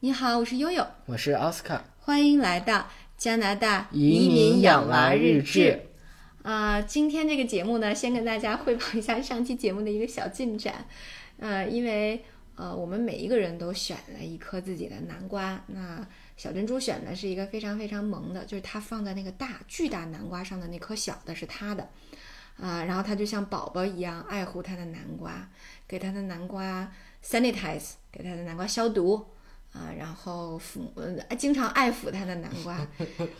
你好，我是悠悠，我是奥斯卡，欢迎来到加拿大移民养娃日日志。啊、今天这个节目呢，先跟大家汇报一下上期节目的一个小进展。呃，因为呃，我们每一个人都选了一颗自己的南瓜。那小珍珠选的是一个非常非常萌的，就是它放在那个大巨大南瓜上的那颗小的是它的。啊、然后它就像宝宝一样爱护它的南瓜，给它的南瓜 sanitize，给它的南瓜消毒啊、然后抚呃经常爱抚它的南瓜，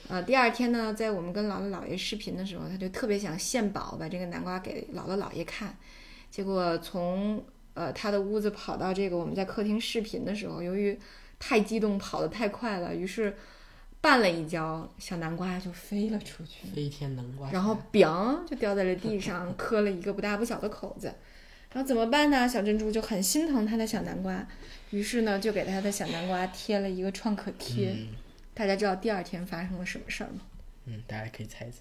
呃，第二天呢，在我们跟姥姥姥爷视频的时候，他就特别想献宝，把这个南瓜给姥姥姥爷看。结果从呃他的屋子跑到这个我们在客厅视频的时候，由于太激动，跑得太快了，于是绊了一跤，小南瓜就飞了出去。飞天南瓜侠，然后 “biang” 就掉在了地上，磕了一个不大不小的口子。然后怎么办呢？小珍珠就很心疼它的小南瓜，于是呢就给它的小南瓜贴了一个创可贴。大家知道第二天发生了什么事儿吗？嗯，大家可以猜一猜。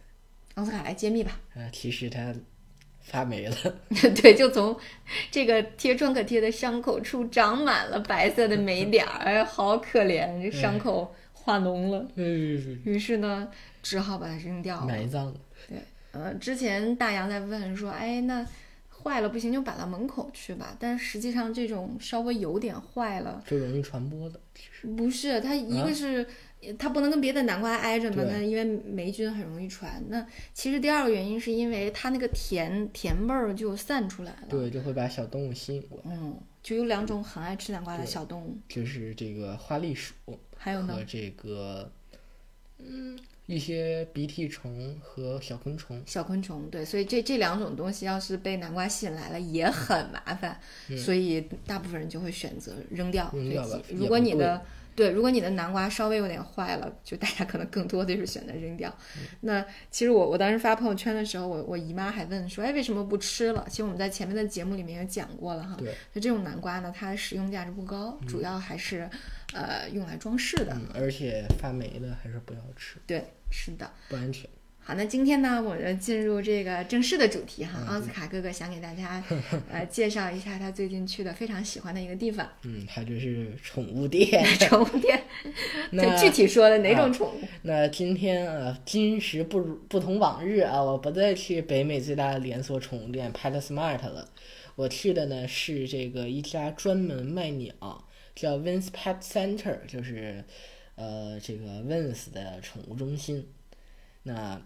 奥斯卡来揭秘吧。呃，其实它发霉 了，对，就从这个贴创可贴的伤口处长满了白色的霉点儿，哎，好可怜，这伤口化脓了。于是呢，只好把它扔掉了。埋葬了。呃，之前大洋在问说，哎，那坏了不行就摆到门口去吧。但实际上这种稍微有点坏了，就容易传播的。其实不是它一个是、它不能跟别的南瓜挨着嘛，嗯对它因为霉菌很容易传。那其实第二个原因是因为它那个甜甜味儿就散出来了。对，就会把小动物吸引过来，嗯，就有两种很爱吃南瓜的对小动物，就是这个花栗鼠还有呢和，这个嗯一些鼻涕虫和小昆虫。小昆虫，对，所以这这两种东西要是被南瓜吸引来了，也很麻烦，所以大部分人就会选择扔掉嗯扔这掉几吧也如果不你贵的对，如果你的南瓜稍微有点坏了，就大家可能更多的就是选择扔掉。嗯那其实我我当时发朋友圈的时候，我我姨妈还问说，哎，为什么不吃了？其实我们在前面的节目里面也讲过了哈。对，就这种南瓜呢，它的使用价值不高，主要还是呃用来装饰的。嗯，而且发霉的还是不要吃，对，是的。不安全。好，那今天呢，我们进入这个正式的主题嗯哈。奥斯卡哥哥想给大 家呃介绍一下他最近去的非常喜欢的一个地方嗯，它就是宠物店。 —— 宠物店。那啊对，具体说的哪种宠物？那今天啊，今时不如不同往日啊，我不再去北美最大的连锁宠物店 PetSmart 了，我去的呢是这个一家专门卖鸟，叫 Vins Pet Center，就是呃这个 Vins 的宠物中心。那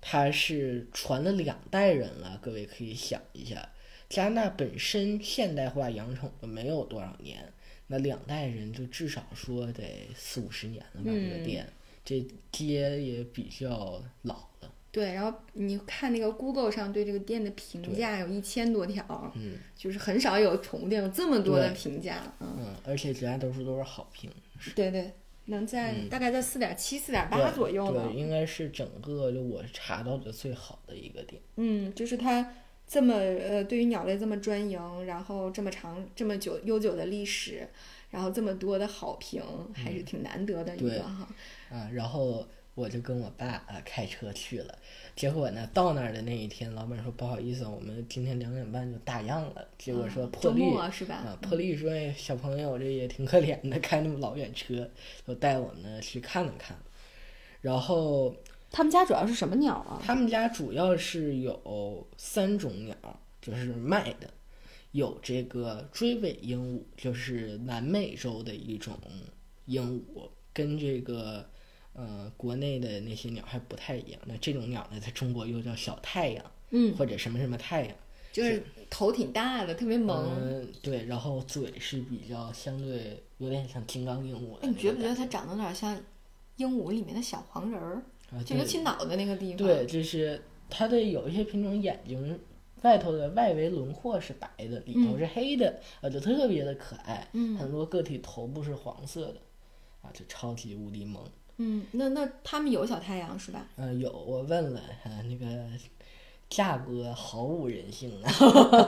它是传了两代人了，各位可以想一下，加拿大本身现代化养宠就没有多少年，那两代人就至少说得四五十年了吧，这个店。这街也比较老了，对，然后你看那个 Google 上对这个店的评价有一千多条，嗯就是很少有宠物店有这么多的对评价。嗯，嗯，而且绝大多数都是好评，对对，能在、大概在四点七、四点八对左右吧对，。应该是整个就我查到的最好的一个店，嗯，就是它这么呃，对于鸟类这么专营，然后这么长、这么久、悠久的历史，然后这么多的好评，还是挺难得的一嗯对个哈。啊，然后我就跟我爸啊开车去了，结果呢到那儿的那一天，老板说不好意思，我们今天两点半就大样了，结果说啊破周例。末是吧？嗯啊，破例说哎小朋友这也挺可怜的，开那么老远车，就带我们呢去看了看。然后他们家主要是什么鸟啊？他们家主要是有三种鸟，就是卖的，有这个追尾鹦鹉，就是南美洲的一种鹦鹉，跟这个呃国内的那些鸟还不太一样。那这种鸟呢，在中国又叫小太阳，嗯，或者什么什么太阳。就是头挺大的，特别萌。嗯，对，然后嘴是比较相对有点像金刚鹦鹉哎，的那种感。你觉不觉得它长得有点像鹦鹉里面的小黄人儿？啊就尤其脑袋那个地方。对，就是它的有一些品种眼睛外头的外围轮廓是白的，里头是黑的，啊，就特别的可爱。嗯很多个体头部是黄色的，啊，就超级无敌萌。嗯，那那他们有小太阳是吧？嗯、有我问了，啊，那个价格毫无人性啊。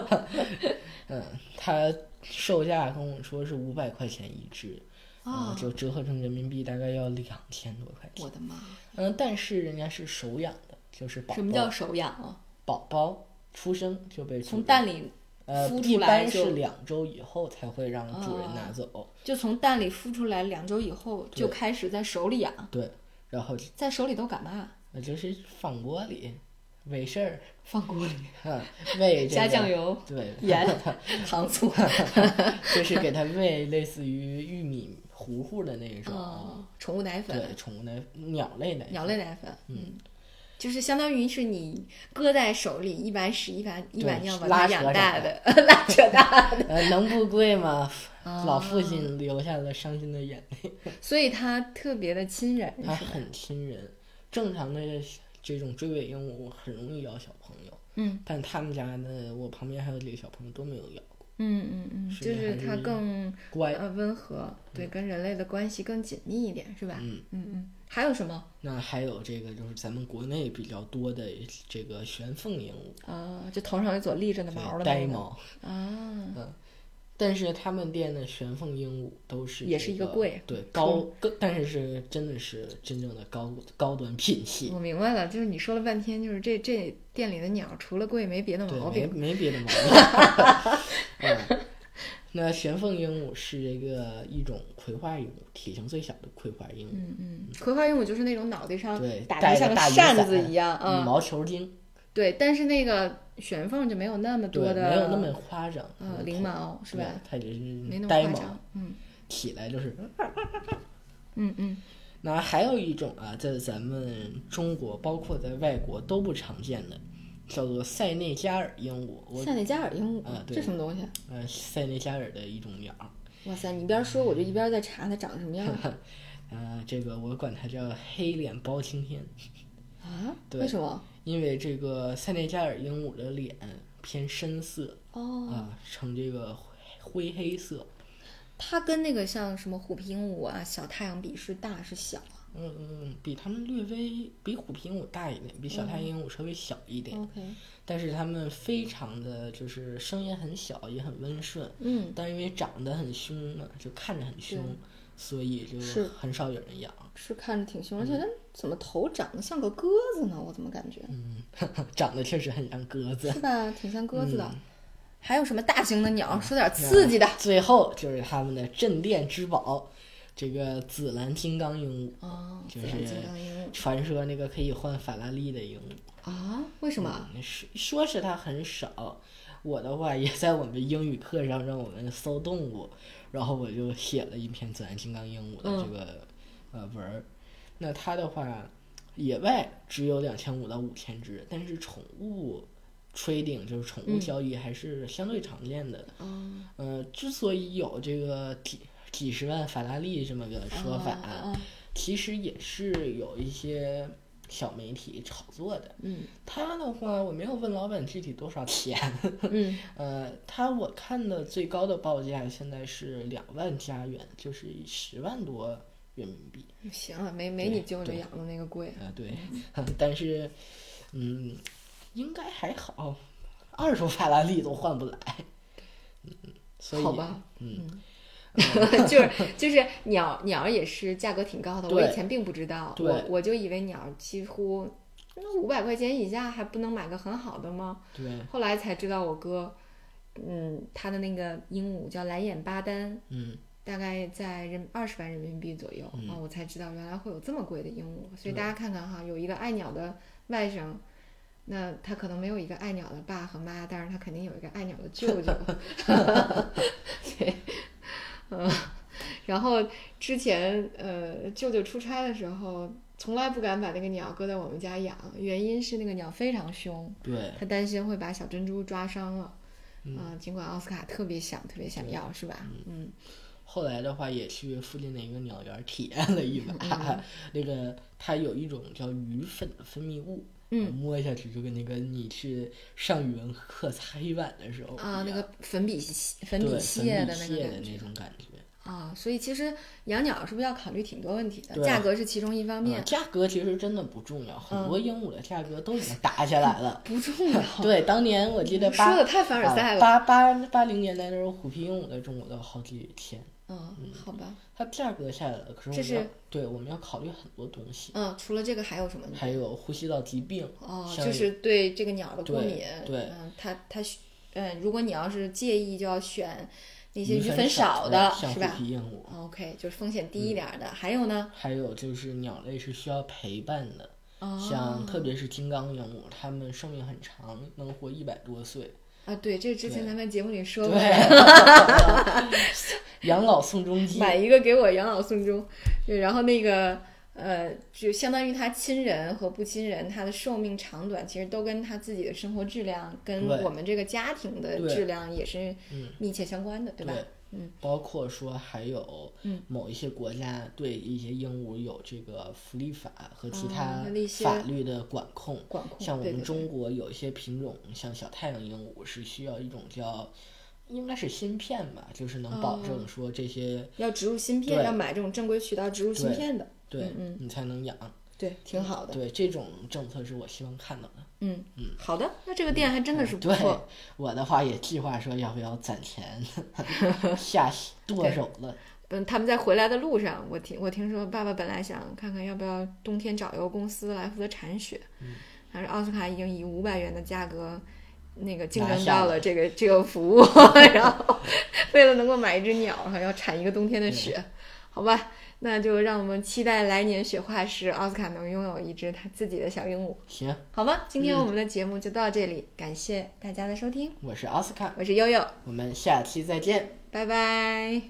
嗯，它售价跟我说是五百块钱一只，啊、啊，就折合成人民币大概要两千多块钱。我的妈！嗯、但是人家是手养的，就是宝宝。什么叫手痒啊？宝宝出生就被从蛋蛋里呃，孵一出来般就是哦两周以后才会让主人拿走。就从蛋里孵出来两周以后就开始在手里养，对，然后在手里头干嘛？呃就是放锅里，没事儿，放锅里，哼喂这加个酱 油、对，盐、糖醋。 就是给它喂类似于玉米糊糊的那种，哦，宠物奶粉、对，宠物奶鸟类奶，鸟类奶粉，嗯，就是相当于是你搁在手里一碗屎一碗一碗尿把它拉扯养长大的， 拉扯大的。呃，能不贵吗？哦老父亲流下了伤心的眼泪，所以它特别的亲人，它很亲人。正常的这种追尾鹦鹉很容易咬小朋友，嗯，但他们家的我旁边还有几个小朋友都没有咬过，嗯嗯嗯，是就是还是它更乖。呃温和，对，跟人类的关系更紧密一点，是吧？嗯嗯嗯，还有什么？那还有这个就是咱们国内比较多的这个玄凤鹦鹉，啊，就头上有撮立着的对毛的那呆个毛，啊，但是他们店的玄凤鹦鹉都是也是一这个贵对高，高但是是真的是真正的高高端品系，我明白了，就是你说了半天，就是这这店里的鸟除了贵没别的对，毛没病。没别的毛病。 嗯，那玄凤鹦鹉是一个一种葵花鹦鹉，体型最小的葵花鹦鹉，嗯嗯，葵花鹦鹉就是那种脑袋上对打带得着像大雨扇伞嗯子一样啊，羽毛球精，对，但是那个玄凤就没有那么对，多的，没有那么夸张，呃嗯翎毛是吧？？对它也没是那么呆夸毛，张，嗯起来就是。嗯嗯，那还有一种啊，在咱们中国，包括在外国都不常见的，叫做塞内加尔鹦鹉。我塞内加尔鹦鹉、啊对这什么东西？呃，塞内加尔的一种鸟，哇塞，你一边说我就一边在查它长得什么样呃，这个我管它叫黑脸包青天。啊？ 对为什么？因为这个塞内加尔鹦鹉的脸偏深色啊、哦，呈这个灰黑色。它跟那个像什么虎皮鹦鹉啊、小太阳比是大是小啊嗯嗯，比它们略微比虎皮鹦鹉大一点，比小太嗯阳鹦鹉稍微小一点， ？OK，但是它们非常的就是声音很小，也很温顺。嗯，但因为长得很凶嘛，就看着很凶，所以就是很少有人养。是看着挺凶，而且它怎么头长得像个鸽子呢？我怎么感觉？嗯， 长得确实很像鸽子。是吧？挺像鸽子的。嗯还有什么大型的鸟？说点刺激的。最后就是他们的镇店之宝，这个紫蓝金刚鹦鹉。哦，就自然是金刚鹦传说那个可以换法拉利的鹦鹉，鹉啊？为什么？嗯说说是它很少。我的话也在我们英语课上让我们搜动物，然后我就写了一篇自然金刚鹦鹉嗯的这个、呃文儿。那它的话，野外只有两千五到五千只，但是宠物 trading 就是宠物交易还是相对常见的。嗯哦，呃，之所以有这个几几十万法拉利这么个说法，哦其实也是有一些小媒体炒作的。嗯他的话，我没有问老板具体多少钱。嗯，呃，他我看的最高的报价现在是两万加元，就是十万多人民币。嗯行了，没没对你舅舅对养的那个贵。啊、对， 但是，嗯，应该还好，二手法拉利都换不来。嗯，所以好吧，嗯， 就是就是鸟鸟也是价格挺高的，我对以前并不知道，对我我就以为鸟几乎那五百块钱以下还不能买个很好的吗？对，后来才知道我哥，嗯，他的那个鹦鹉叫蓝眼巴丹，嗯，大概在人二十万人民币左右啊、我才知道原来会有这么贵的鹦鹉。所以对大家看看哈，有一个爱鸟的外甥，那他可能没有一个爱鸟的爸和妈，但是他肯定有一个爱鸟的舅 舅。对，嗯，然后之前呃，舅舅出差的时候。从来不敢把那个鸟搁在我们家养，原因是那个鸟非常凶，对，他担心会把小珍珠抓伤了。啊、尽管奥斯卡特别想，特别想要，是吧？嗯，后来的话，也去附近的一个鸟园体验了一把，嗯 那个它有一种叫鱼粉的分泌物，嗯，摸下去就跟那个你去上语文课擦黑板的时候啊，那一样个粉笔屑、粉笔哦对屑粉的笔那屑个的感那觉种感觉。啊，所以其实养鸟是不是要考虑挺多问题的？对价格是其中一方嗯面嗯，，价格其实真的不重要，很多鹦鹉的价格都已经打下来 了。不重 要。对，当年我记得八说的太凡尔赛啊了。八八八零年代的时候，虎皮鹦鹉在中国都好几千，嗯，好吧。它价格下来了，可是我这们要是对我们要考虑很多东西，嗯，除了这个还有什么呢？还有呼吸道疾病，哦，像就是对这个鸟的过对敏。对嗯，它它嗯，如果你要是介意，就要选那些鱼鱼粉粉少的，像是虎吧皮嗯鹦鹉。 ？OK，就是风险低一点儿的。还有呢？还有就是鸟类是需要陪伴的，哦，像特别是金刚鹦鹉，它们寿命很长，能活一百多岁。啊，对，这之前对咱们节目里说过， 对，养老送终记。买一个给我养老送终。对，然后那个呃，就相当于他亲人和不亲人，他的寿命长短其实都跟他自己的生活质量，跟对我们这个家庭的对质量也是嗯密切相关的，对吧？嗯，包括说还有嗯某一些国家对一些鹦鹉有这个福利法和其哦他那一些法律的管控。管控。像我对对们对中国有一些品种，像小太阳鹦鹉是需要一种叫，应该是芯片吧，就是能保证说这些要植入芯片，对要买这种正规渠道植入芯对片的，对嗯嗯你才能养。对，挺好的。对这种政策是我希望看到的。嗯，好的，那这个店还真的是不嗯对错。我的话也计划说要不要攒钱 下剁手了。嗯，他们在回来的路上，我听我听说爸爸本来想看看要不要冬天找一个公司来负责铲雪，但是奥斯卡已经以五百元的价格。那个竞拿争下到了了这个这个服务，然后为了能够买一只鸟，还要铲一个冬天的雪，好吧？那就让我们期待来年雪化时奥斯卡能拥有一只他自己的小鹦鹉，行，好吗？今天我们的节目就到这里，感谢大家的收听，我是奥斯卡，我是悠悠，我们下期再见。拜拜。